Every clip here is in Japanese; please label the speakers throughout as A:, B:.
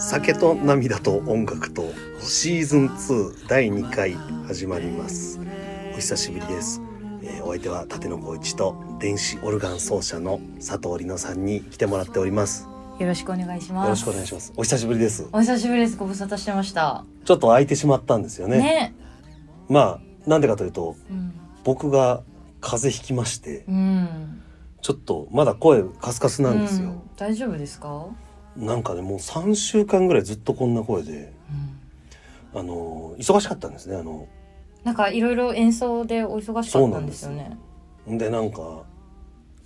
A: 酒と涙と音楽とシーズン2第2回始まりますお久しぶりです、えーお相手は立野光一と電子オルガン奏者の佐藤里乃さんに来てもらっております
B: よろしくお願いします。
A: よろしくお願いしますお久しぶりです
B: お久しぶりです。ご無沙汰してました。
A: ちょっと空いてしまったんですよね
B: ね。
A: まあなんでかというと
B: うん。
A: 僕が風邪ひきまして
B: うん。
A: ちょっとまだ声カスカスなんですよ、
B: う大丈夫ですか？
A: なんかねもう3週間ぐらいずっとこんな声で
B: うん。
A: あの忙しかったんですねあの
B: なんかいろいろ演奏でお忙しかったんですよね。
A: でなんか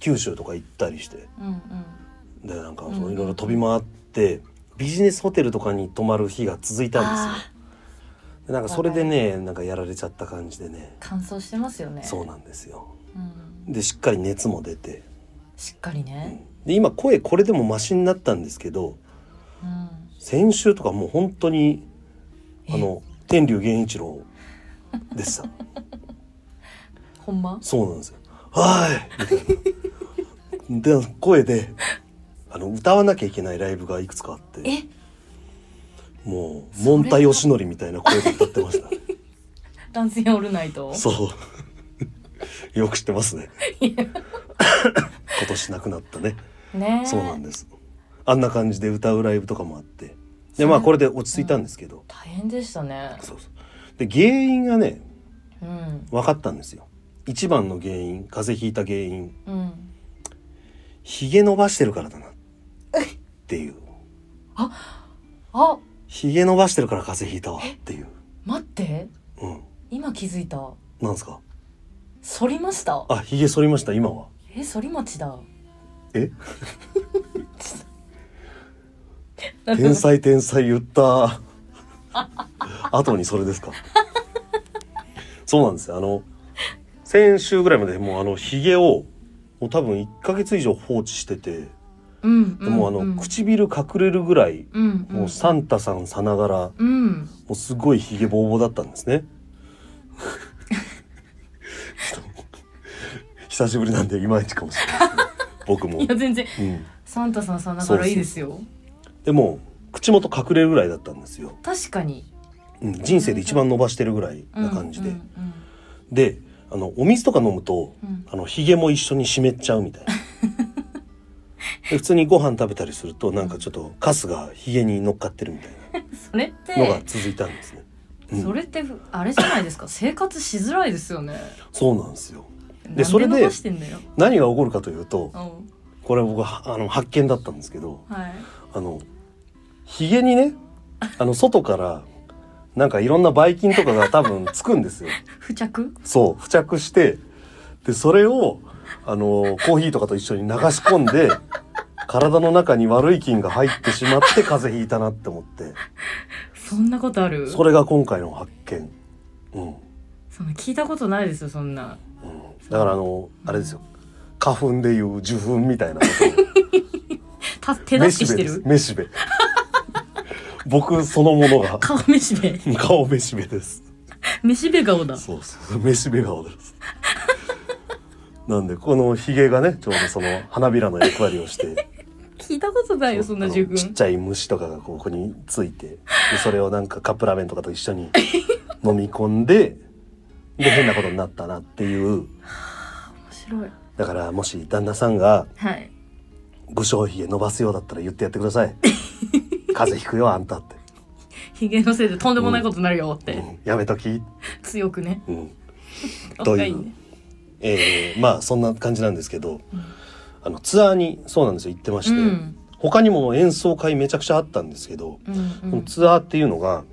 A: 九州とか行ったりして
B: うんうん。
A: でなんか
B: うん
A: そのいろいろ飛び回ってビジネスホテルとかに泊まる日が続いたんです
B: あ
A: よでなんかそれでねなんかやられちゃった感じでね
B: ー乾燥してますよね。
A: そうなんですよ
B: うん。
A: でしっかり熱も出て
B: しっかりね。
A: で今声これでもマシになったんですけど
B: うん。
A: 先週とかもう本当に
B: え
A: あの天竜源一郎で した
B: ほんま？
A: そうなんですよ「はーい!」みたいなで声であの歌わなきゃいけないライブがいくつかあって
B: え、
A: もうモンタヨシノリみたいな声で歌ってましたね
B: 男性オールナイト？
A: そうよく知ってますね今年亡くなったね
B: ね。
A: そうなん
B: す。
A: ですあんな感じで歌うライブとかもあってでまあこれで落ち着いたんですけど、
B: 大変でしたね。
A: そうそうで原因がね
B: うん。
A: 分かったんですよ一番の原因風邪ひいた原因
B: うん。
A: ひげ伸ばしてるからだなっていう
B: あ、
A: ひげ伸ばしてるから風邪ひいたわっていう
B: 待って。
A: うん
B: 今気づいた。
A: なんですか
B: 反りました。
A: あひげ剃りました今は
B: え、反り町だ。
A: え天才天才言った後にそれですかそうなんですよあの先週ぐらいまでもうあのひげをもう多分1ヶ月以上放置してて
B: うん。
A: でもあ
B: うんうん
A: の唇隠れるぐらい
B: うん
A: もうサンタさんさながらも
B: うん
A: うすごいひげぼうぼうだったんですね ちょっと久しぶりなんでいまいちかもしれないですね僕も
B: いや全然
A: うん
B: サンタさんさながらいいですよ
A: でも口元隠れるぐらいだったんですよ、
B: 確かに
A: うん、人生で一番伸ばしてるぐらいな感じで、
B: うん
A: であのお水とか飲むと
B: うんうん
A: あのひげも一緒に湿っちゃうみ たいなで普通にご飯食べたりするとなんかちょっとカスがひげに乗っかってるみたい
B: うんそれって
A: なのが続いたんですね、うん
B: それってふあれじゃないですか生活しづらいですよね
A: そうなんですよ
B: なんで
A: それで
B: 伸ばしてんだよ
A: 何が起こるかというと
B: うん
A: これ僕はあの発見だったんですけど
B: はい
A: あのひげにねあの外からなんかいろんなばい菌とかが多分つくんですよ
B: 付着
A: そう、付着して、で、それを、あの、コーヒーとかと一緒に流し込んで、 体の中に悪い菌が入ってしまって風邪ひいたなって思って、
B: そんなことある
A: それが今回の発見。うん。うん、
B: その聞いたことないですよそんな
A: だからあの、あれですよ。花粉でいう受粉みたいなこ
B: た
A: と。
B: 手出
A: め
B: し
A: し
B: して
A: べです
B: る。
A: めしべ。僕そのものが、
B: 顔めしべ
A: 顔めしべです。
B: めしべ顔だ
A: そうそう、めしべ顔です。なんで、このヒゲがね、ちょうどその花びらの役割をして、
B: 聞いたことないよそんな十
A: あの
B: 分
A: ちっちゃい虫とかがこうここについてでそれをなんかカップラーメンとかと一緒 に飲み込んでで変なことになったなっていう
B: 面白い
A: だからもし旦那さんが
B: はい
A: ご商品伸ばすようだったら言ってやってくださ い風邪ひくよあんたって、
B: ひげのせいでとんでもないことになるよって、
A: うんやめとき、
B: 強くね
A: うんどう
B: 若
A: い
B: いうね、
A: えーまあそんな感じなんですけど、
B: うん
A: あのツアーにそうなんですよ行ってまして、
B: うん
A: 他にも演奏会めちゃくちゃあったんですけど、
B: うんうん
A: ツアーっていうのが、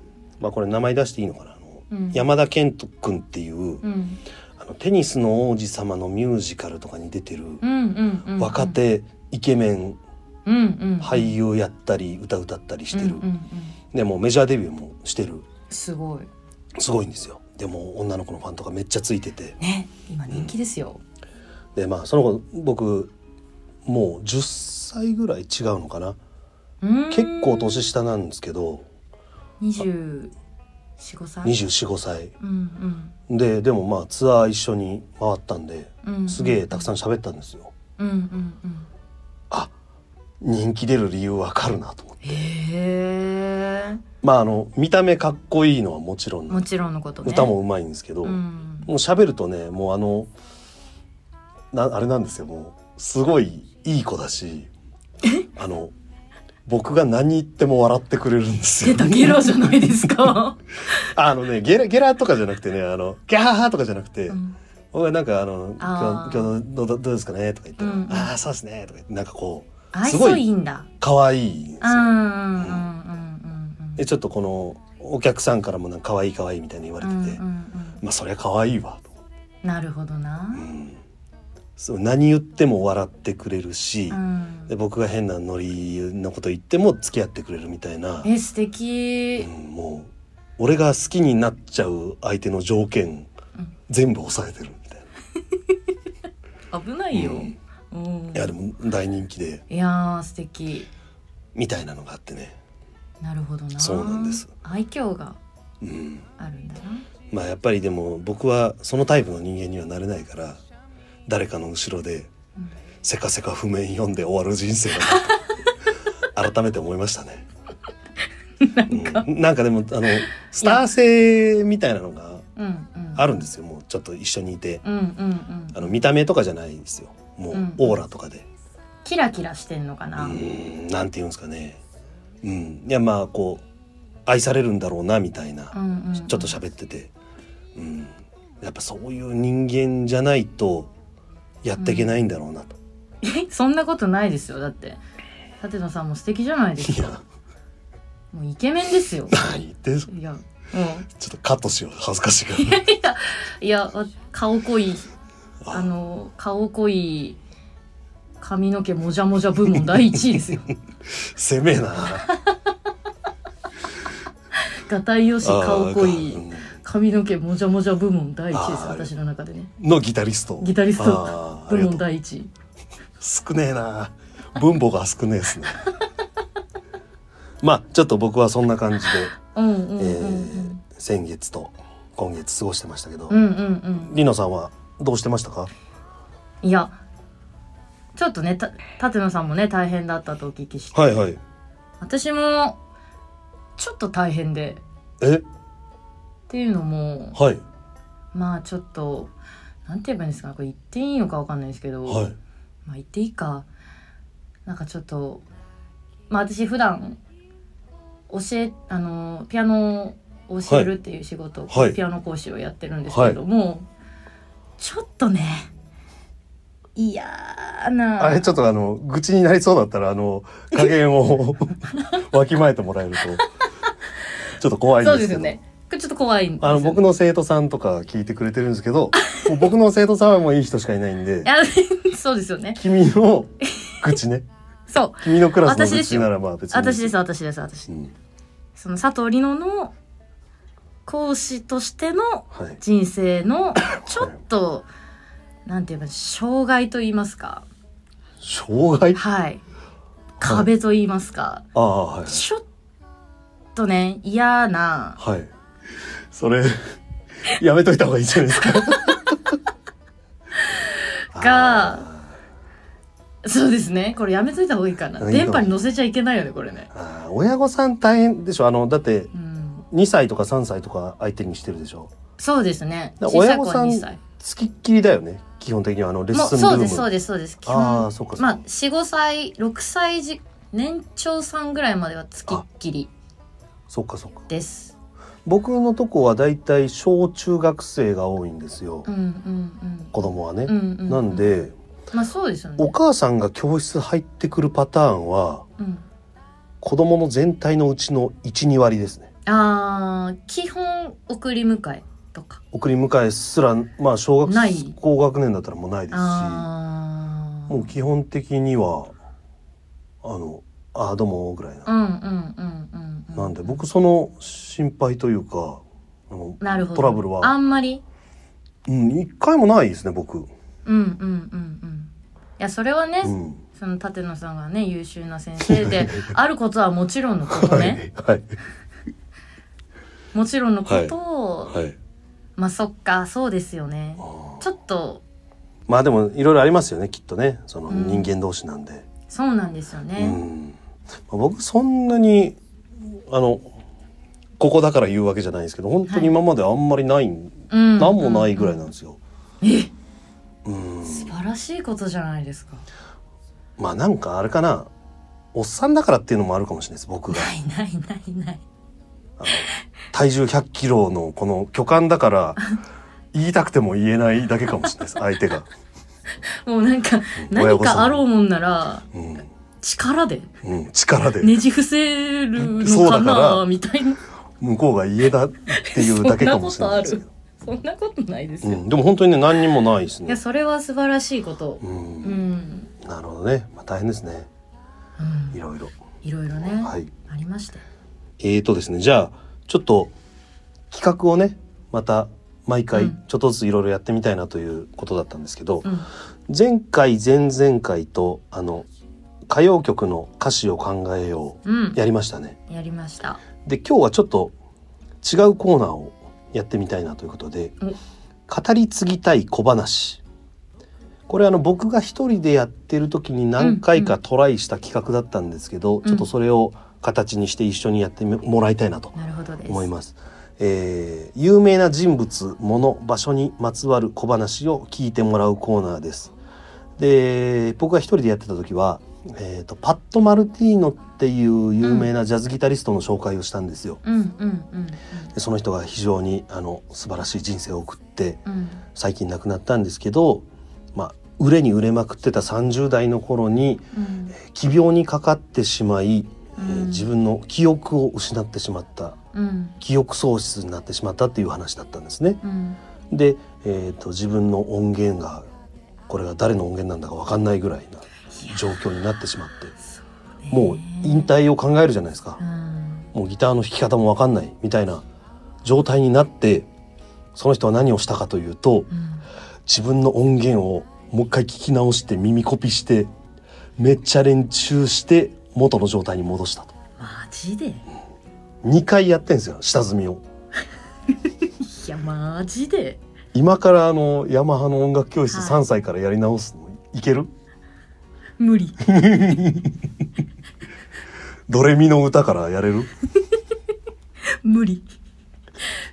A: まあ、これ名前出していいのかなあの、
B: うん
A: 山田健人君っていう、
B: うん
A: あのテニスの王子様のミュージカルとかに出てる
B: うんうんうん
A: 若手イケメン
B: うんうん
A: 俳優やったり歌歌ったりしてる、
B: うんうんうん
A: でもうメジャーデビューもしてる
B: すごい
A: すごいんですよでも女の子のファンとかめっちゃついてて
B: ね今人気ですよ、
A: でまあその子僕もう10歳ぐらい違うのかな
B: うん、
A: 結構年下なんですけど
B: 二十四五歳。
A: 2425歳
B: うん
A: ででもまあツアー一緒に回ったんで
B: うん。うん。
A: すげえたくさん喋ったんですよ
B: うんうんうん。
A: あ人気出る理由わかるなと思って
B: へえ。
A: まああの見た目かっこいいのはもちろん
B: もちろんのことね。
A: 歌もうまいんですけど、
B: う
A: も
B: ん。
A: う喋るとねもうあのなあれなんですよもうすごいいい子だしあの僕が何言っても笑ってくれるんです
B: 出
A: よ。
B: たゲロじゃないですか。
A: あのねゲラゲラとかじゃなくてねあのギャーハーとかじゃなくて、
B: うん
A: 僕はなんかあの「今
B: あー
A: 日今日どうどうどうですかね?」とか言ったら「
B: うんうん
A: ああそうですね」とか言ってなんかこう
B: 愛
A: すごい
B: 想いいんだ。
A: 可愛いんです
B: うんう
A: よ。
B: んうんうんうん。
A: でちょっとこのお客さんからもなんか可愛い可愛いみたいに言われてて、
B: うんうん
A: まあそりゃ可愛いわと、
B: うん、なるほどな
A: う。ん、そう何言っても笑ってくれるし、
B: うん
A: で。僕が変なノリのこと言っても付き合ってくれるみたいな、
B: え素
A: う
B: 敵。
A: ん、もう俺が好きになっちゃう相手の条件、
B: うん
A: 全部抑えてるみたいな。
B: 危ないよ。
A: うん
B: うん
A: いやでも大人気で
B: いやー素敵。
A: みたいなのがあってね、
B: なるほどな。
A: そうなんです。
B: 愛嬌が
A: うん、
B: あるんだな。
A: まあやっぱりでも僕はそのタイプの人間にはなれないから誰かの後ろで
B: うん
A: せかせか譜面読んで終わる人生だな と改めて思いましたね。うんなんかでもあのスター性みたいなのが
B: うんうん。
A: あるんですよもうちょっと一緒にいて
B: うんうんうん。
A: あの見た目とかじゃないんですよもう
B: うん
A: オーラとかで、
B: キラキラしてんのか
A: う
B: な。
A: ん、なんて言うんですかね、うん、いやまあこう愛されるんだろうなみたいな、
B: うんうんうん。
A: ちょっと喋ってて、うん、やっぱそういう人間じゃないとやっていけないんだろうなと。
B: えそんなことないですよだって舘野さんも素敵じゃないです
A: い
B: か
A: や
B: もうイケメンです よ
A: 何言ってんすか
B: いや
A: ちょっとカットしよう恥ずかしいか
B: うんいやいやわ顔濃い
A: ら。
B: あの顔濃い髪の毛もじゃもじゃ部門第1位で すよ
A: せめえな。
B: がたいよし顔濃
A: あ
B: い
A: ー
B: 髪の毛もじゃもじゃ部門第1位です
A: あー
B: 私の中でね
A: うんのギタリスト。
B: ギタリスト
A: あーあ
B: 部
A: りが
B: 門
A: とう。
B: 第1位
A: 少ねえな。分母が少ねえですね。 まあちょっと僕はそんな感じで、
B: うんうんうん
A: え
B: うん、
A: ー先月と今月過ごしてましたけど、
B: うんうんうん
A: りのさんはどうしてましたか？
B: いやちょっとねた舘野さんもね大変だったとお聞きして
A: はいはい。
B: 私もちょっと大変で
A: え
B: っていうのも
A: はい
B: まあちょっとなんて言えばいいんですかねこれ言っていいのかわかんないですけど、
A: はい。
B: まあ言っていいかなんかちょっとまあ私普段教えあのピアノを教えるっていう仕事を、
A: はい
B: ピアノ講師をやってるんですけれども、ちょっとね嫌な
A: あれちょっとあの愚痴になりそうだったらあ の加減を わきまえてもらえるとちょっと怖いん
B: そう
A: で
B: ですす
A: け
B: よ
A: ど
B: ねこれちょっと怖いんです
A: あ
B: よ
A: の僕の生徒さんとか聞いてくれてるんですけ どもう僕の生徒さんはもういい人しかいないんで
B: いや そうですよね
A: 君の愚痴ね
B: そう
A: 君のクラスの
B: 私
A: 愚
B: です
A: 痴
B: よ
A: ならまあ別に
B: 私です私です私
A: うん
B: その佐藤里乃の講師としての
A: はい
B: 人生のちょっとなんて言えばいい障害と言いますか
A: 障害
B: はい壁と言いますか、
A: ああはい
B: ちょっとね嫌な
A: はいそれ やめといた方がいいんじゃないですか
B: が
A: あー
B: そうですねこれやめといた方がいいかな
A: あいいかも
B: 電波に乗せちゃいけないよねこれね
A: あー親御さん大変でしょあのだって
B: うん
A: 2歳とか3歳とか相手にしてるでしょ
B: そうですね
A: だ
B: 小さい子
A: 親御
B: は
A: さん
B: 2歳
A: つきっきりだよね基本的にはあのレッ
B: もう
A: スンルーム
B: そうですそうですそうです基
A: ああ
B: 本
A: そうかそうか、
B: まあ45歳6歳じ年長さんぐらいまではつきっきり
A: そうかそうか
B: です
A: 僕のとこはだいたい小中学生が多いんですよ、
B: うんうん
A: 子供はね、
B: うんうんうんうん
A: なんで
B: まあそうですよね
A: お母さんが教室入ってくるパターンは
B: うん、
A: 子供の全体のうちの12割ですね
B: あー基本送り迎えとか
A: 送り迎えすらまあ小学
B: ない
A: 高学年だったらもうないですし
B: ああ
A: もう基本的にはあの「ああどうも」ぐらいな
B: う、んうんうんうんうん
A: なんで僕その心配というかあの
B: なるほど
A: トラブルは
B: あんまり
A: うん、一回もないですね、僕。
B: うんうんうんうんいやそれはね、
A: うん。
B: その舘野さんがね 優秀な先生であることはもちろんのことね、
A: はい。
B: もちろんのことを、
A: はい
B: まあそっかそうですよね
A: あー
B: ちょっと
A: まあでもいろいろありますよねきっとねその
B: うん
A: 人間同士なんで、
B: そうなんですよ
A: う
B: ね、
A: んまあ僕そんなにあのここだから言うわけじゃないんですけど本当に今まであんまりない、
B: うん
A: なんもないぐらいなんですよ。
B: え
A: うん
B: 素晴らしいことじゃないですか
A: まあなんかあれかなおっさんだからっていうのもあるかもしれないです僕が
B: ないないないない
A: 体重100キロのこの巨漢だから言いたくても言えないだけかもしれないです相手が。
B: もうなんか
A: 親
B: 何
A: 御さん
B: かあろうもんなら
A: うん
B: 力で
A: うん、力で
B: ねじ伏せる
A: そう
B: の
A: だ
B: か
A: か
B: な
A: ら
B: みたいな
A: 向こうが家だっていうだけかもしれないですけど、
B: そんなことないです
A: う
B: よ、
A: ん、でも本当にね何にもないです
B: いや
A: ね、
B: それは素晴らしいこと
A: う、
B: うん、うんん
A: なるほどね、まあ、大変ですねいろいろ
B: いろいろね、
A: はい
B: ありまして
A: えーとですねじゃあちょっと企画をねまた毎
B: う
A: 回
B: ん
A: ちょっとずついろいろやってみたいなということだったんですけど、
B: うん
A: 前回前々回とあの歌謡曲の歌詞を考えよ
B: うん
A: うやりましたね。
B: やりました
A: で今日はちょっと違うコーナーをやってみたいなということで
B: お
A: 語り継ぎたい小話これあの僕が一人でやってる時に何回かトライした企画だったんですけど、
B: ん
A: ちょっとそれを形にして一緒にやってみもらいたいなと
B: なるほどです
A: 思います。えー有名な人物、物、場所にまつわる小話を聞いてもらうコーナーです。で、僕が一人でやってた時は、えーと、パット・マルティーノっていう有名なジャズギタリストの紹介をしたんですよ。
B: うんうんうん
A: でその人が非常にあの素晴らしい人生を送って
B: うんうん
A: 最近亡くなったんですけど、まあ、売れに売れまくってた30代の頃に
B: うん
A: 奇病にかかってしまい、えー
B: うん
A: 自分の記憶を失ってしまった
B: うん
A: 記憶喪失になってしまったっていう話だったんですね。
B: うん
A: で、えー、と自分の音源がこれが誰の音源なんだか分かんないぐらいな状況になってしまってもう引退を考えるじゃないですか
B: うん
A: もうギターの弾き方も分かんないみたいな状態になってその人は何をしたかというと
B: うん
A: 自分の音源をもう一回聞き直して耳コピしてめっちゃ練習して元の状態に戻したと
B: マジでい
A: 2回やってんですよ下積みを。
B: やマジで
A: 今からあのヤマハの音楽教室
B: はい
A: 3歳からやり直すのいける
B: 無理
A: ドレミの歌からやれる
B: 無理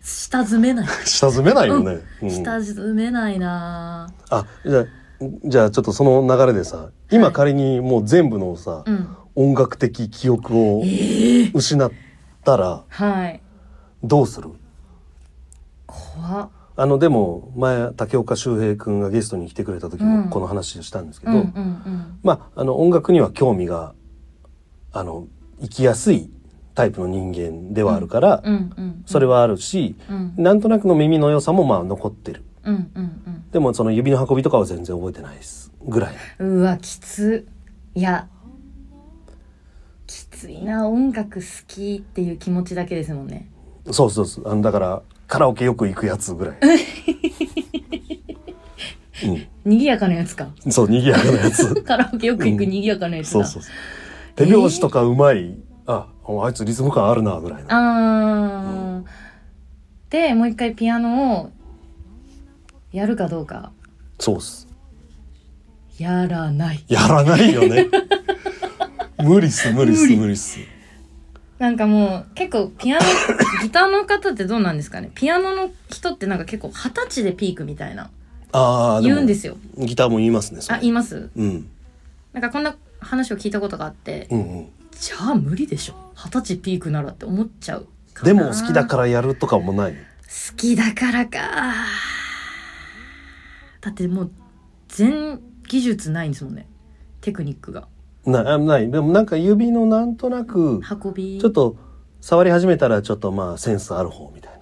B: 下詰めない
A: 下積めないよ ね、うん
B: 下詰めないな
A: あじゃあじゃあちょっとその流れでさ今仮にもう全部のさ、
B: ぁうん
A: 音楽的記憶を
B: ええ
A: 失ったら
B: はい
A: どうする
B: 怖っ
A: あのでも前竹岡修平君がゲストに来てくれた時
B: う
A: も
B: ん
A: この話をしたんですけ
B: う
A: ど、
B: んうんうん
A: まああの音楽には興味があの生きやすいタイプの人間ではあるから、
B: うんうん
A: それはあるし、
B: うん
A: なんとなくの耳の良さもまあ残ってる。
B: うんうん
A: でもその指の運びとかは全然覚えてないです。ぐらい。
B: うんうわきついやきついな音楽好きっていう気持ちだけですもんね
A: そうそうそう。あのだからカラオケよく行くやつぐらい。
B: 賑やかなやつか
A: うん、そう、賑やかなや つ。
B: カラオケよく行く賑やかなやつだ、
A: そうそうそう。手拍子とかうまい。あ、あいつリズム感あるな、ぐらいな。
B: あー、でもう一回ピアノをやるかどうか
A: そうっす。
B: やらない
A: やらないよ ね。無理っす、無理っす、無理っす。
B: なんかもう結構ピアノ ギターの方ってどうなんですかねピアノの人ってなんか結構二十歳でピークみたいな
A: ああ、。
B: 言うんですすよ
A: ギターも言いますね、それ
B: あ言います
A: うん。
B: なんかこんな話を聞いたことがあって、
A: うんうん。
B: じゃあ無理でしょ二十歳ピークならって思っちゃうか
A: で
B: な
A: も好きだからやるとかもない。
B: 好きだからかだってもう全技術ないんですもんねテクニックが
A: なあないでもなんか指のなんとなく
B: 運び
A: ちょっと触り始めたらちょっとまあセンスある方みたい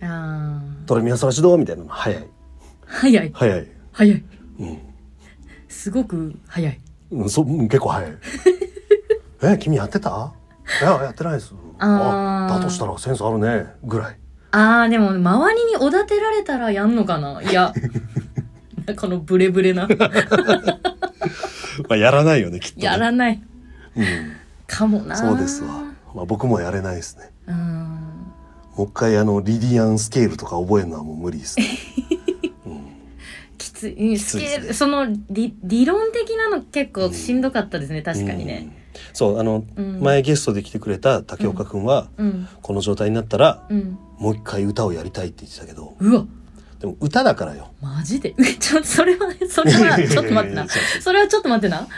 A: な
B: あ
A: 「
B: ー
A: ドレミアソラシド」みたいなの早い
B: 早い
A: 早い、
B: 早い
A: うん
B: すごく早い
A: うん、そうん結構早い え君やってたいややってないです
B: あー
A: だとしたらセンスあるねぐらい
B: あーでも周りにおだてられたらやんのかな いやこのブレブレな
A: まあやらないよねきっとね
B: やらない
A: うん、
B: かもな
A: そうですわ、まあ、僕もやれないですね
B: うーん
A: もう一回あのリディアンスケールとか覚えるのはもう無理ですね。
B: きつい
A: ついですね
B: スケールその理理論的なの結構しんどかったですね、 確かに
A: う
B: ね。
A: ん。そうあの、
B: うん
A: 前ゲストで来てくれた竹岡くんは、
B: うん
A: この状態になったら、
B: うん
A: もう一回歌をやりたいって言ってたけど
B: うわ
A: でも歌だからよ。
B: マジで ちょっとそれはそれ はちょっと待って
A: いやいやいやい
B: な
A: やそう
B: それはちょっと待ってな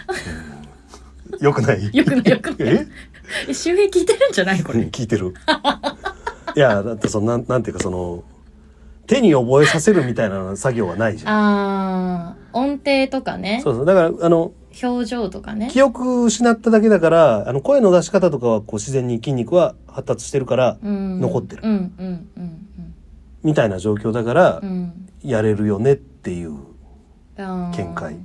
A: よくない
B: よくないよくない
A: え
B: え周平聞いてるんじゃないこ
A: こ
B: れ
A: れ聞いて るいやだってそのなんなんていうかその手に覚えさせるみたいな作業はないじゃん
B: あー音程とかね
A: そうそうだからあの
B: 表情とかね
A: 記憶失っただけだからあの声の出し方とかはこう自然に筋肉は発達してるから、
B: うん
A: 残ってる
B: うんうんうん
A: みたいな状況だから
B: うんうん
A: やれるよねっていう、
B: あー
A: 見解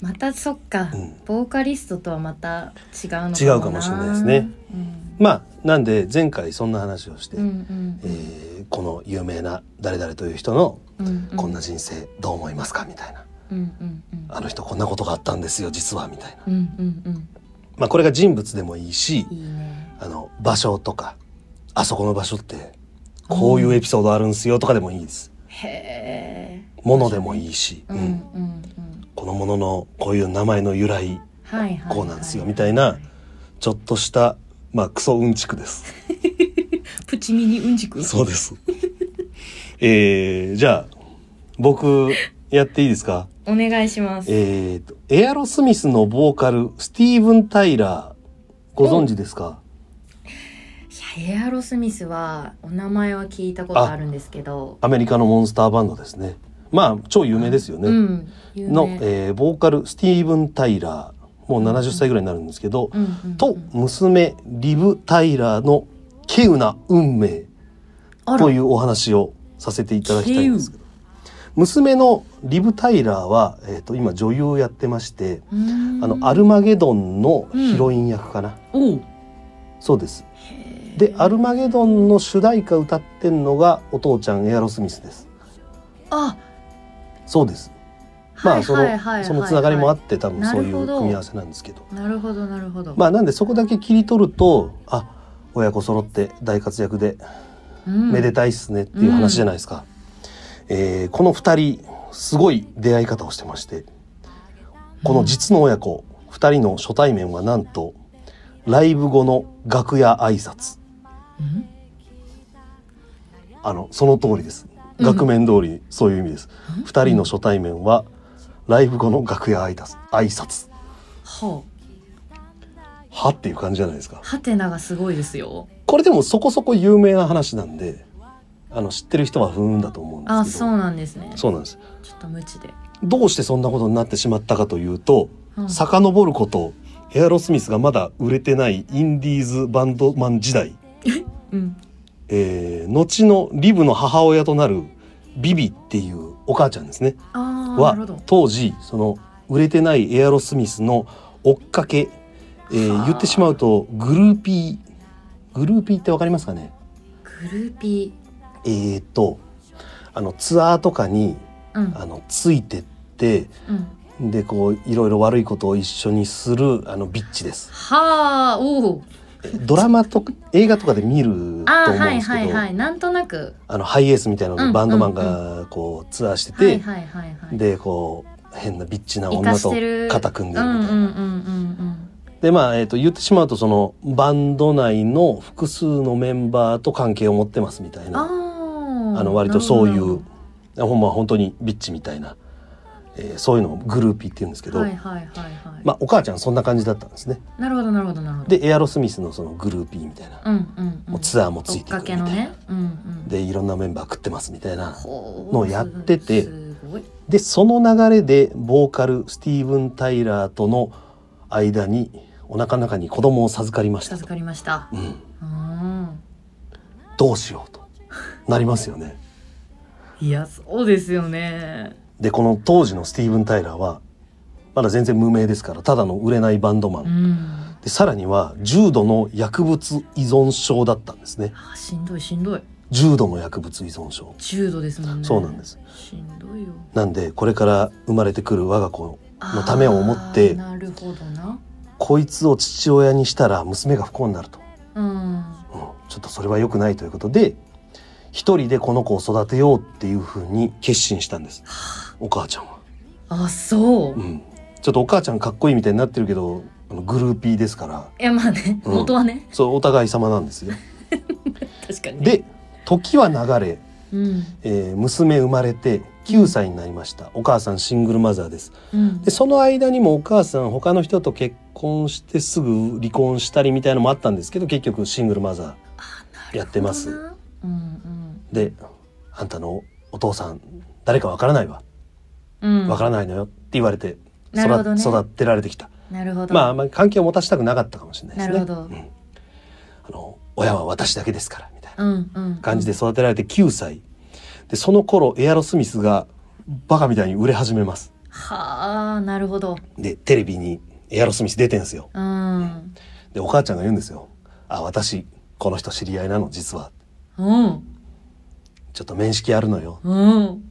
B: またそっか、
A: うん
B: ボーカリストとはまた違うのかもな
A: 違うかもしれないですね
B: うん
A: まあなんで前回そんな話をして、
B: うんうん
A: えーこの有名な誰々という人の
B: うんうん
A: こんな人生どう思いますかみたいな、
B: うんうんうん
A: あの人こんなことがあったんですよ実はみたいな、
B: うんうん
A: まあ、これが人物でもいいし
B: うんいいね
A: あの場所とかあそこの場所ってこういうエピソードあるんすよとかでもいいです。
B: へえ
A: ものでもいいし、
B: うん
A: う
B: うん
A: ん
B: うん
A: このもののこういう名前の由来
B: はいはいはい
A: こうなんですよみたいなちょっとしたまあクソうんちくです。
B: プチミニうんちく
A: そうです。えー、じゃあ僕やっていいですか
B: お願いします
A: えーとエアロスミスのボーカルスティーブン・タイラーご存知ですか
B: いやエアロスミスはお名前は聞いたことあるんですけど
A: アメリカのモンスターバンドですね。まあ超有名ですよね。
B: うん有名
A: の、えーボーカルスティーブン・タイラーもう70歳ぐらいになるんですけど、
B: うんうんうん
A: と娘リブ・タイラーの稀有な運命
B: あら
A: というお話をさせていただきたいんですけど娘のリブ・タイラーは、えー、と今女優をやってまして
B: うーん
A: あのアルマゲドンのヒロイン役かな、
B: おう
A: そうです
B: へー
A: でアルマゲドンの主題歌歌ってんのがお父ちゃんエアロスミスです
B: あ
A: そうですまあそのそのつながりもあって多分そうい
B: なるほ
A: う
B: ど
A: 組み合わせなんですけど
B: てなるほどなるほど
A: まあなんでそこだけ切り取るとあ親子揃って大活躍で
B: うん
A: めでたいっすねっていう話じゃないですか、えーこの2人すごい出会い方をしてましてこの実の親子2人の初対面はなんとライブ後の楽屋挨拶
B: うん
A: あのその通りです
B: うん
A: 額面通りそういう意味です、
B: うん
A: 2人の初対面はライブ後の楽屋挨拶挨拶
B: は
A: はっていう感じじゃないですか
B: あはてながすごいですよ
A: これでもそこそこ有名な話なんであの知ってる人は不運だと思うんですけど
B: あそうなんですね
A: そうなんです
B: ちょっと無知で
A: どうしてそんなことになってしまったかというと、
B: うん
A: 遡ることエアロスミスがまだ売れてないインディーズバンドマン時代、
B: うん
A: えー後のリブの母親となるビビっていうお母ちゃんですね
B: ああな
A: は
B: るほど
A: 当時その売れてないエアロスミスの追っかけ、えー
B: はあ
A: 言ってしまうとグルーピーグルーピーってわかりますかね
B: グルーピ
A: えー、とあのツアーとかに
B: ーうん
A: あのついてって
B: うん
A: でこういろいろ悪いことを一緒にするあのビッチ です
B: はあおお
A: ドラマと映画とかで見ると思うん
B: ああはい
A: ですけ
B: はい
A: ど
B: はいなんとなく
A: あのハイエースみたいなの
B: う
A: で
B: ん
A: バンドマンがこうツアーして
B: はい
A: て
B: はいはいはい
A: でこう変なビッチな
B: 生か
A: 女
B: し
A: と
B: てる
A: 肩組んで
B: う
A: るみ
B: んうん
A: たいな
B: うんうん
A: でまあ、えー、と言ってしまうとそのバンド内の複数のメンバーと関係を持ってますみたい
B: うん
A: な
B: ああ
A: あの割とそういうほんま本当にビッチみたいな、えーそういうのをグルーピーって言うんですけど、
B: はいはいはいはい
A: まあ、お母ちゃんそんな感じだったんですね。
B: なるほどなるほどなるほど
A: でエアロスミスのそのグルーピーみたいな、
B: うんうんう
A: もうんツアーもついてく
B: 追
A: る
B: っか
A: みた
B: け
A: いな、
B: のねうんうん
A: でいろんなメンバー食ってますみたいな
B: ほう
A: のをやってて
B: すごい
A: でその流れでボーカルスティーブン・タイラーとの間にお腹の中に子供を授かりました
B: 授
A: と、
B: かりました
A: うん、
B: うん
A: どうしようとなりますよね。
B: いやそうですよね
A: でこの当時のスティーブン・タイラーはまだ全然無名ですからただの売れないバンドマン
B: うん
A: でさらには重度の薬物依存症だったんですね
B: あしんどいしんどい
A: 重度の薬物依存症
B: 重度ですもんね
A: そうなんです
B: しんどいよ
A: なんでこれから生まれてくる我が子のためを思っ
B: あー
A: て
B: なるほどな
A: こいつを父親にしたら娘が不幸になると、
B: うん
A: うんちょっとそれは良くないということで一人でこの子を育てようっていうふうに決心したんですお母ちゃんは。
B: あそう、
A: う
B: い
A: ん、ちょっとお母ちゃんかっこいいみたいになってるけどあのグルーピーですから
B: やまあね
A: うん
B: 元はね、
A: そうお互い様なんです よ。
B: 確かに
A: で時は流れ
B: うん
A: えー娘生まれて9歳になりましたお母さんシングルマザーです
B: うん
A: でその間にもお母さん他の人と結婚してすぐ離婚したりみたいのもあったんですけど結局シングルマザやってます
B: なるほどなうん
A: ーで「あんたのお父さん誰かわからないわ
B: うんうん
A: わからないのよ」って言われて
B: なるほど
A: 育
B: ね
A: 育てられてきた
B: なるほど
A: まああんまり関係を持たせたくなかったかもしれないですね
B: なるほど
A: うんあの親は私だけですからみたいな
B: うんうん
A: 感じで育てられて9歳でその頃エアロスミスがバカみたいに売れ始めます
B: はあなるほど
A: でテレビにエアロスミス出てんすよ
B: うん
A: でお母ちゃんが言うんですよ「あ私この人知り合いなの実は
B: うん
A: ちょっと面識あるのよ」
B: うん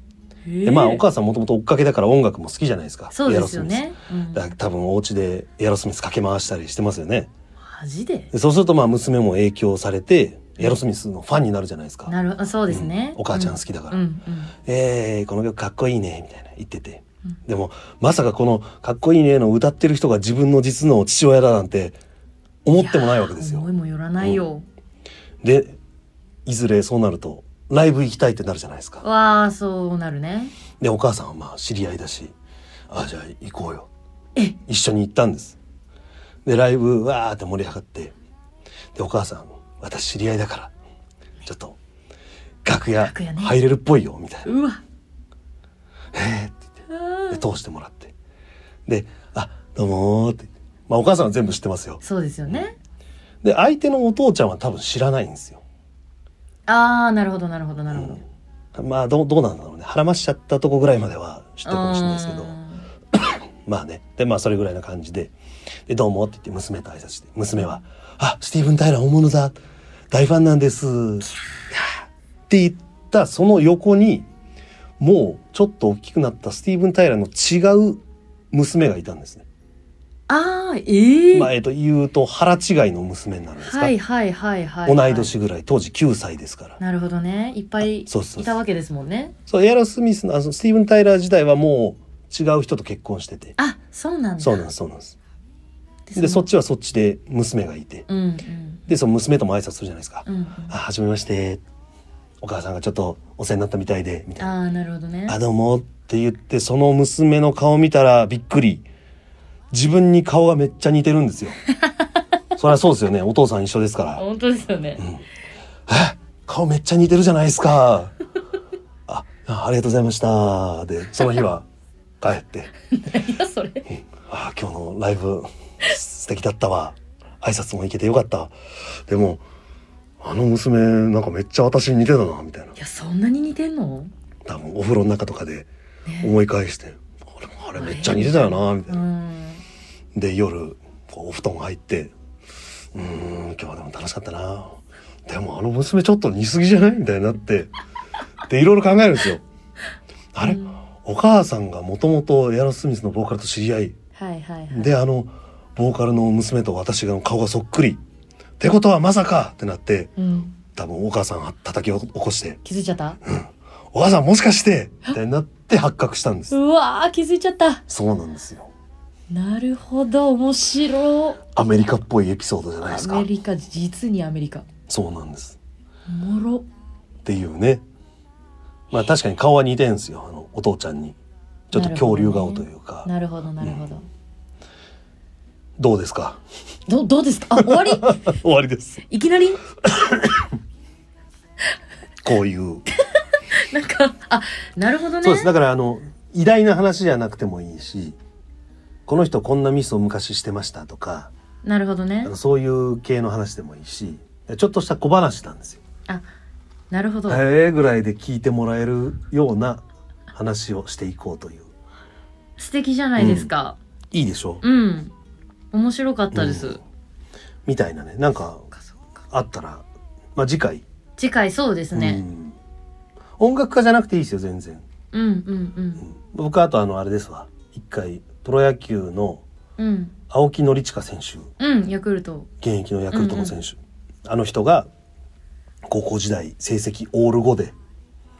B: へえ
A: でまあお母さんもともと追っかけだから音楽も好きじゃないですか
B: そうで
A: エ
B: すよ
A: アロスミ
B: ね、うん
A: スだから多分お家でエアロスミスかけ回したりしてますよね
B: マジで
A: でそうするとまあ娘も影響されてエアロスミスのファンになるじゃないですか
B: なるあそうですね、
A: うんお母ちゃん好きだから
B: うんうん
A: えー、この曲かっこいいね、みたいな言ってて
B: うん。
A: でも、まさかこのかっこいいねの歌ってる人が自分の実の父親だなんて思ってもないわけです
B: 思
A: よ
B: い。もよらないよ、
A: で、いずれそうなると、ライブ行きたいってなるじゃないですか。
B: わあそうなるね
A: で、お母さんはまあ知り合いだし、あ、じゃあ行こうよ
B: え。
A: 一緒に行ったんです。で、ライブ、わーって盛り上がって、で、お母さん、私知り合いだから、ちょっと、楽屋
B: 楽屋ね
A: 入れるっぽいよ、みたいな。
B: うわ
A: えーって言って、で、通してもらって。で、あ、どうもーって。まあ、お母さんは全部知ってますよ。
B: そうですよね
A: で、相手のお父ちゃんは多分知らないんですよ。
B: ああなるほどなるほどなるほど、
A: うん、まあ、どう、どうなんだろうね。腹ましちゃったとこぐらいまでは知ってるかもしれないですけど
B: う。ん
A: まあね。で、まあ、それぐらいな感じで。で、どうもって言って、娘と挨拶して。娘は、あ、スティーブン・タイラー本物だ。大ファンなんです。って言った、その横に、もうちょっと大きくなったスティーブン・タイラーの違う娘がいたんですね。
B: ああええ
A: まあ、えっと、言うと腹違いの娘になるんですか、
B: はいはいはいはい、
A: 同い年ぐらい当時9歳ですから
B: なるほどねいっぱいい
A: そうそうそう
B: たわけですもんね
A: そうエアロスミスのあのスティーブン・タイラー時代はもう違う人と結婚してて
B: あそうなんだ
A: そうなんですそうなんです
B: で
A: でそ
B: そ
A: っちはそっちで娘がいて
B: うんうん
A: でその娘とも挨拶するじゃないですか「
B: うんうん
A: あはじめましてお母さんがちょっとお世話になったみたいで」みたいな
B: ああなるほど
A: 「
B: ね
A: あどうも」って言ってその娘の顔見たらびっくり自分に顔がめっちゃ似てるん ですよそりゃそうですよねお父さん一緒ですから
B: 本当ですよね、
A: え顔めっちゃ似てるじゃないですか。あ、あありがとうございました。で、その日は帰って、
B: いやそれ
A: あ今日のライブ素敵だったわ。挨拶も行けてよかった。でも、あの娘なんかめっちゃ私に似てたな、みたいな。
B: いやそんなに似てんの
A: 多分お風呂の中とかで思い返して、あれもあれめっちゃ似てたよな、みたいうな。
B: ん
A: で、夜、こうお布団入って、うーん、今日はでも楽しかったな。でもあの娘ちょっと似すぎじゃないみたいになって、で、いろいろ考えるんですよ。あれ、お母さんがもともとエアロスミスのボーカルと知り合い、
B: はいはいはい
A: で、あの、ボーカルの娘と私の顔がそっくり。ってことはまさかってなって、
B: うん
A: 多分お母さんは叩き起こして、
B: 気づいちゃった
A: お母さんもしかしてみたいになって発覚したんです
B: う。わー気づいちゃった
A: そうなんですよ。
B: なるほど面白
A: アメリカっぽいエピソードじゃないです
B: ア
A: か
B: メ。リカ実にアメリカ
A: そうなんです。
B: おもろ
A: っていうねまあ確かに顔は似てんすよあのお父ちゃんにちょっと恐竜顔というかど,、
B: なるほどなるほど、
A: うですか
B: どどうですかあ終わり
A: 終わりです
B: いきなり
A: こういう、
B: なんかあなるほどね
A: そうですだからあの偉大な話じゃなくてもいいしこの人こんなミスを昔してましたとか
B: なるほどね
A: あのそういう系の話でもいいしちょっとした小話なんですよ。
B: あなるほど、
A: えーぐらいで聞いてもらえるような話をしていこうという。
B: 素敵じゃないですか
A: いいでしょう、
B: うん、面白かったです、
A: うんみたいなねなんか
B: そっかそっか
A: あったら、まあ、次回
B: 次回そうです
A: う
B: ね、
A: ん音楽家じゃなくていいですよ全然、
B: うん、うんうん
A: 僕あとあのあれですわ一回プロ野球の
B: うん
A: 青木宣親選手
B: うんヤクルト
A: 現役のヤクルトの選手、あの人が高校時代成績オール5で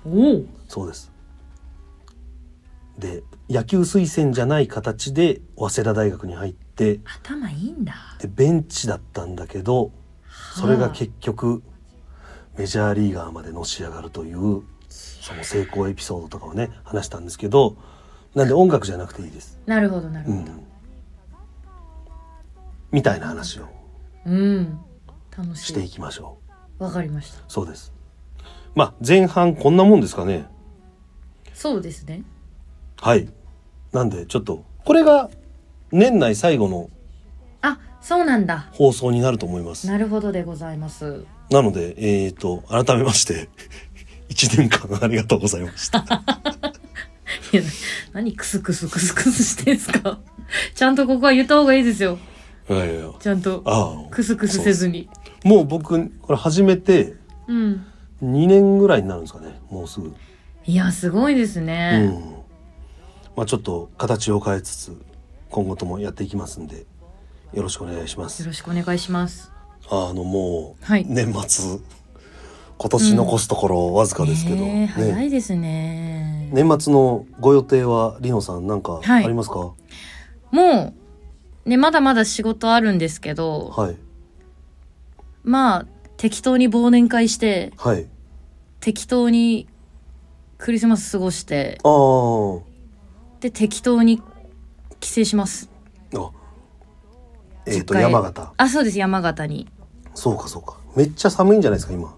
B: おお
A: そうですで野球推薦じゃない形で早稲田大学に入って
B: 頭いいんだ
A: でベンチだったんだけどそれが結局メジャーリーガーまでのし上がるというその成功エピソードとかをね話したんですけどなんで音楽じゃなくていいです、
B: なるほどなる
A: う
B: ほ
A: ん、みたいな話を
B: どうん、楽し
A: してい
B: い
A: きましょう
B: わかりました
A: そうですまあ前半こんなもんですかね
B: そうですね
A: はいなんでちょっとこれが年内最後の
B: あそうなんだ
A: 放送になると思います
B: なるほどでございます
A: なので、えっ、と、改めまして、1年間ありがとうございました。
B: いや何クスクスクスクスしてんすか ちゃんとここは言った方がいいですよ
A: いやいや
B: ちゃんと
A: ああ
B: クスクスせずに
A: もう僕、これ始めて
B: うん
A: 2年ぐらいになるんですかね、もうすぐ。
B: いやすごいです
A: う
B: ね、
A: ん。まあちょっと形を変えつつ、今後ともやっていきますんで、よろしくお願いしま
B: よ
A: す。
B: ろしくお願いします
A: あの、もう、
B: はい
A: 年末、今年残すところわずかですけど、
B: ねえ早
A: ね
B: いですね
A: 年末のご予定は、りのさん、なんかあ
B: はい
A: りますか、は
B: もうねまだまだ仕事あるんですけど、
A: い。
B: まあ適当に忘年会して
A: はい。
B: 適当にクリスマス過ごして
A: ああ。
B: で適当に帰省します
A: あえっ、と
B: 実家へ
A: 山形
B: あそうです山形に
A: そうかそうかめっちゃ寒いんじゃないですか今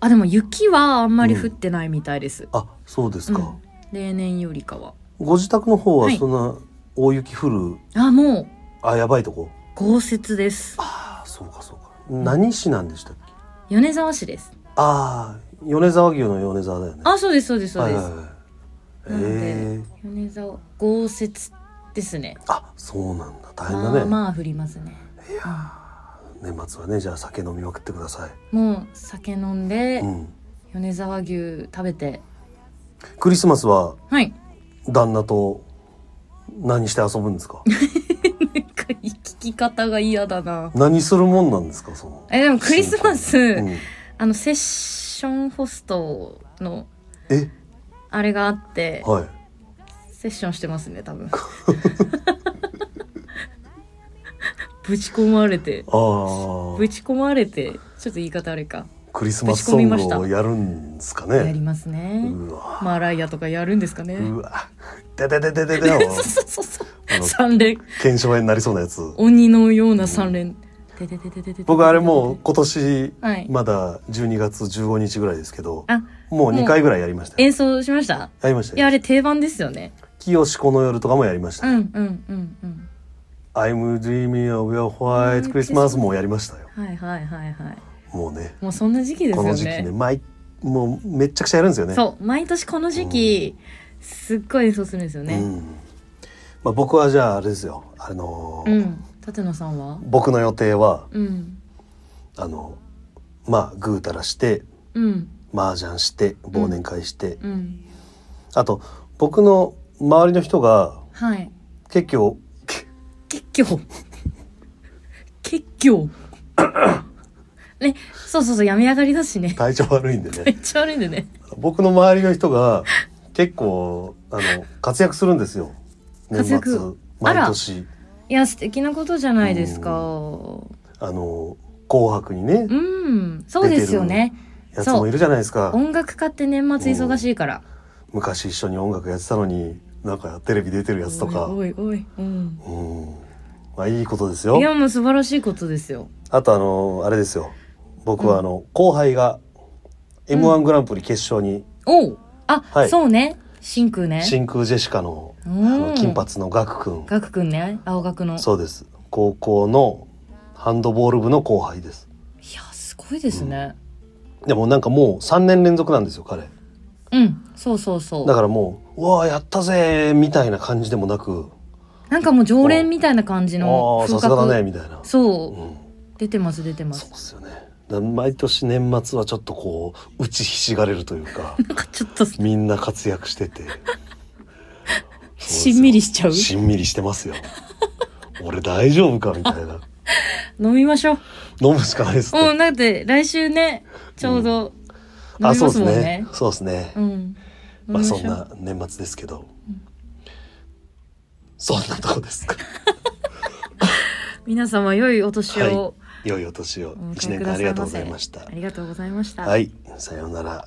B: あでも雪はあんまり降ってないみたいです、
A: あそうです
B: うん
A: か、
B: 例年よりかは
A: ご自宅の方は
B: はい
A: そんな大雪降る、
B: あもう
A: あやばいとこ
B: 豪雪です
A: あそうかそうか何市なんでしたっけ
B: 米沢市です
A: ああ米沢牛の米沢だよね
B: あそうですそうですそう
A: はい
B: で
A: はいは
B: す、
A: い
B: なので
A: ええ
B: 米沢豪雪ですね
A: あそうなんだ大変だ
B: ま
A: ね、
B: あまあ降りますね
A: 年末はねじゃあ酒飲みまくってください
B: もう酒飲んで、
A: うん
B: 米沢牛食べて
A: クリスマスは
B: はい
A: 旦那と何して遊ぶんです か
B: なんか聞き方が嫌だな
A: 何するもんなんですかその
B: えでもクリスマス、
A: うん、
B: あのセッションホストの
A: え
B: あれがあって
A: はい
B: セッションしてますね多分ぶち込まれて
A: あ
B: ぶ
A: あ、
B: ち込まれてちょっと言い方あれか
A: クリスマスソン
B: ぶち込みました
A: グをやるんですか
B: や
A: ね
B: り。ますね
A: うわ、
B: マーライアとかやるんですかね
A: うわ、でででででで
B: そうそうそうそ
A: あの
B: う三連
A: 検証炎になりそうなやつ。
B: 鬼のような三連でででででで
A: 僕あれもう今年
B: はい
A: まだ12月15日ぐらいですけど、
B: あ
A: もう2回ぐらいやりましたよ。
B: 演奏しました
A: やりました
B: いやあ
A: よ。
B: れ定番ですよね
A: 清志子の夜とかもやりまし
B: う
A: た
B: ん
A: よ。
B: うんうんうん
A: I'm dreaming of your white Christmas もやりましたよ。
B: はいはいはいはい
A: もうね、
B: もうそんな時期です
A: こ
B: よね
A: の時期ね、毎もうめっちゃくちゃやるんですよね。
B: そう毎年この時期、すっごい演奏するんですよ
A: う
B: ね
A: ん。まあ僕はじゃああれですよ。あの
B: う
A: ー
B: ん、舘野さんは
A: 僕の予定は
B: うん
A: あのまあぐうたらして
B: うん
A: 麻雀して忘年会して、
B: うん
A: あと僕の周りの人が
B: はい
A: 結局け
B: 結局 結局ねそうそうそう病み上がりだしね
A: 体調悪いんで
B: め
A: ね
B: っちゃ悪いんでね
A: 僕の周りの人が結構あの活躍するんですよ年
B: 活躍
A: 末
B: あら
A: 毎年
B: いや素敵なことじゃないですか
A: あの「紅白」にね
B: うんそうですよね
A: やつもいるじゃないですか
B: 音楽家って年末忙しいから
A: 昔一緒に音楽やってたのになんかテレビ出てるやつとか
B: おいおいおい、うん、
A: うんまあいいことです
B: いや
A: よ
B: もう素晴らしいことですよ
A: あとあのあれですよ僕はあの、後輩が m 1グランプリ決勝に
B: おうあ、
A: はい
B: そうね真空ね
A: 真空ジェシカのあ
B: うん
A: の金髪のガクくん
B: ガクくんね青学の
A: そうです高校のハンドボール部の後輩です
B: いやすごいですね
A: でもなんかもう3年連続なんですよ彼
B: うん、そうそうそう
A: だからもう「うわあやったぜ!」みたいな感じでもなく
B: なんかもう常連みたいな感
A: 「
B: じ
A: ああ
B: の
A: ーさすがだね」みたいな
B: そう、
A: うん
B: 出てます出てま
A: そう
B: す
A: ですよねだから毎年年末はちょっとこう打ちひしがれるという か
B: なんかちょっと
A: みんな活躍してて
B: しんみりしちゃ う
A: しんみりしてますよ俺大丈夫かみたいな
B: 飲みましょう。
A: 飲むしかないですね
B: うん、だって来週ね、ちょうど飲
A: あ
B: み
A: そう
B: ま
A: ですす
B: もん
A: ね
B: ね。
A: そうですね、
B: うん。飲み
A: まあ
B: し
A: そ
B: ょうん
A: な年末ですけど、そんなとこですか
B: 皆様良いお年を
A: 良いお年を
B: お迎え
A: 一年
B: く
A: 間
B: だ
A: あ
B: さ
A: り
B: いませ
A: がとうございました
B: ありがとうございました。
A: はいさようなら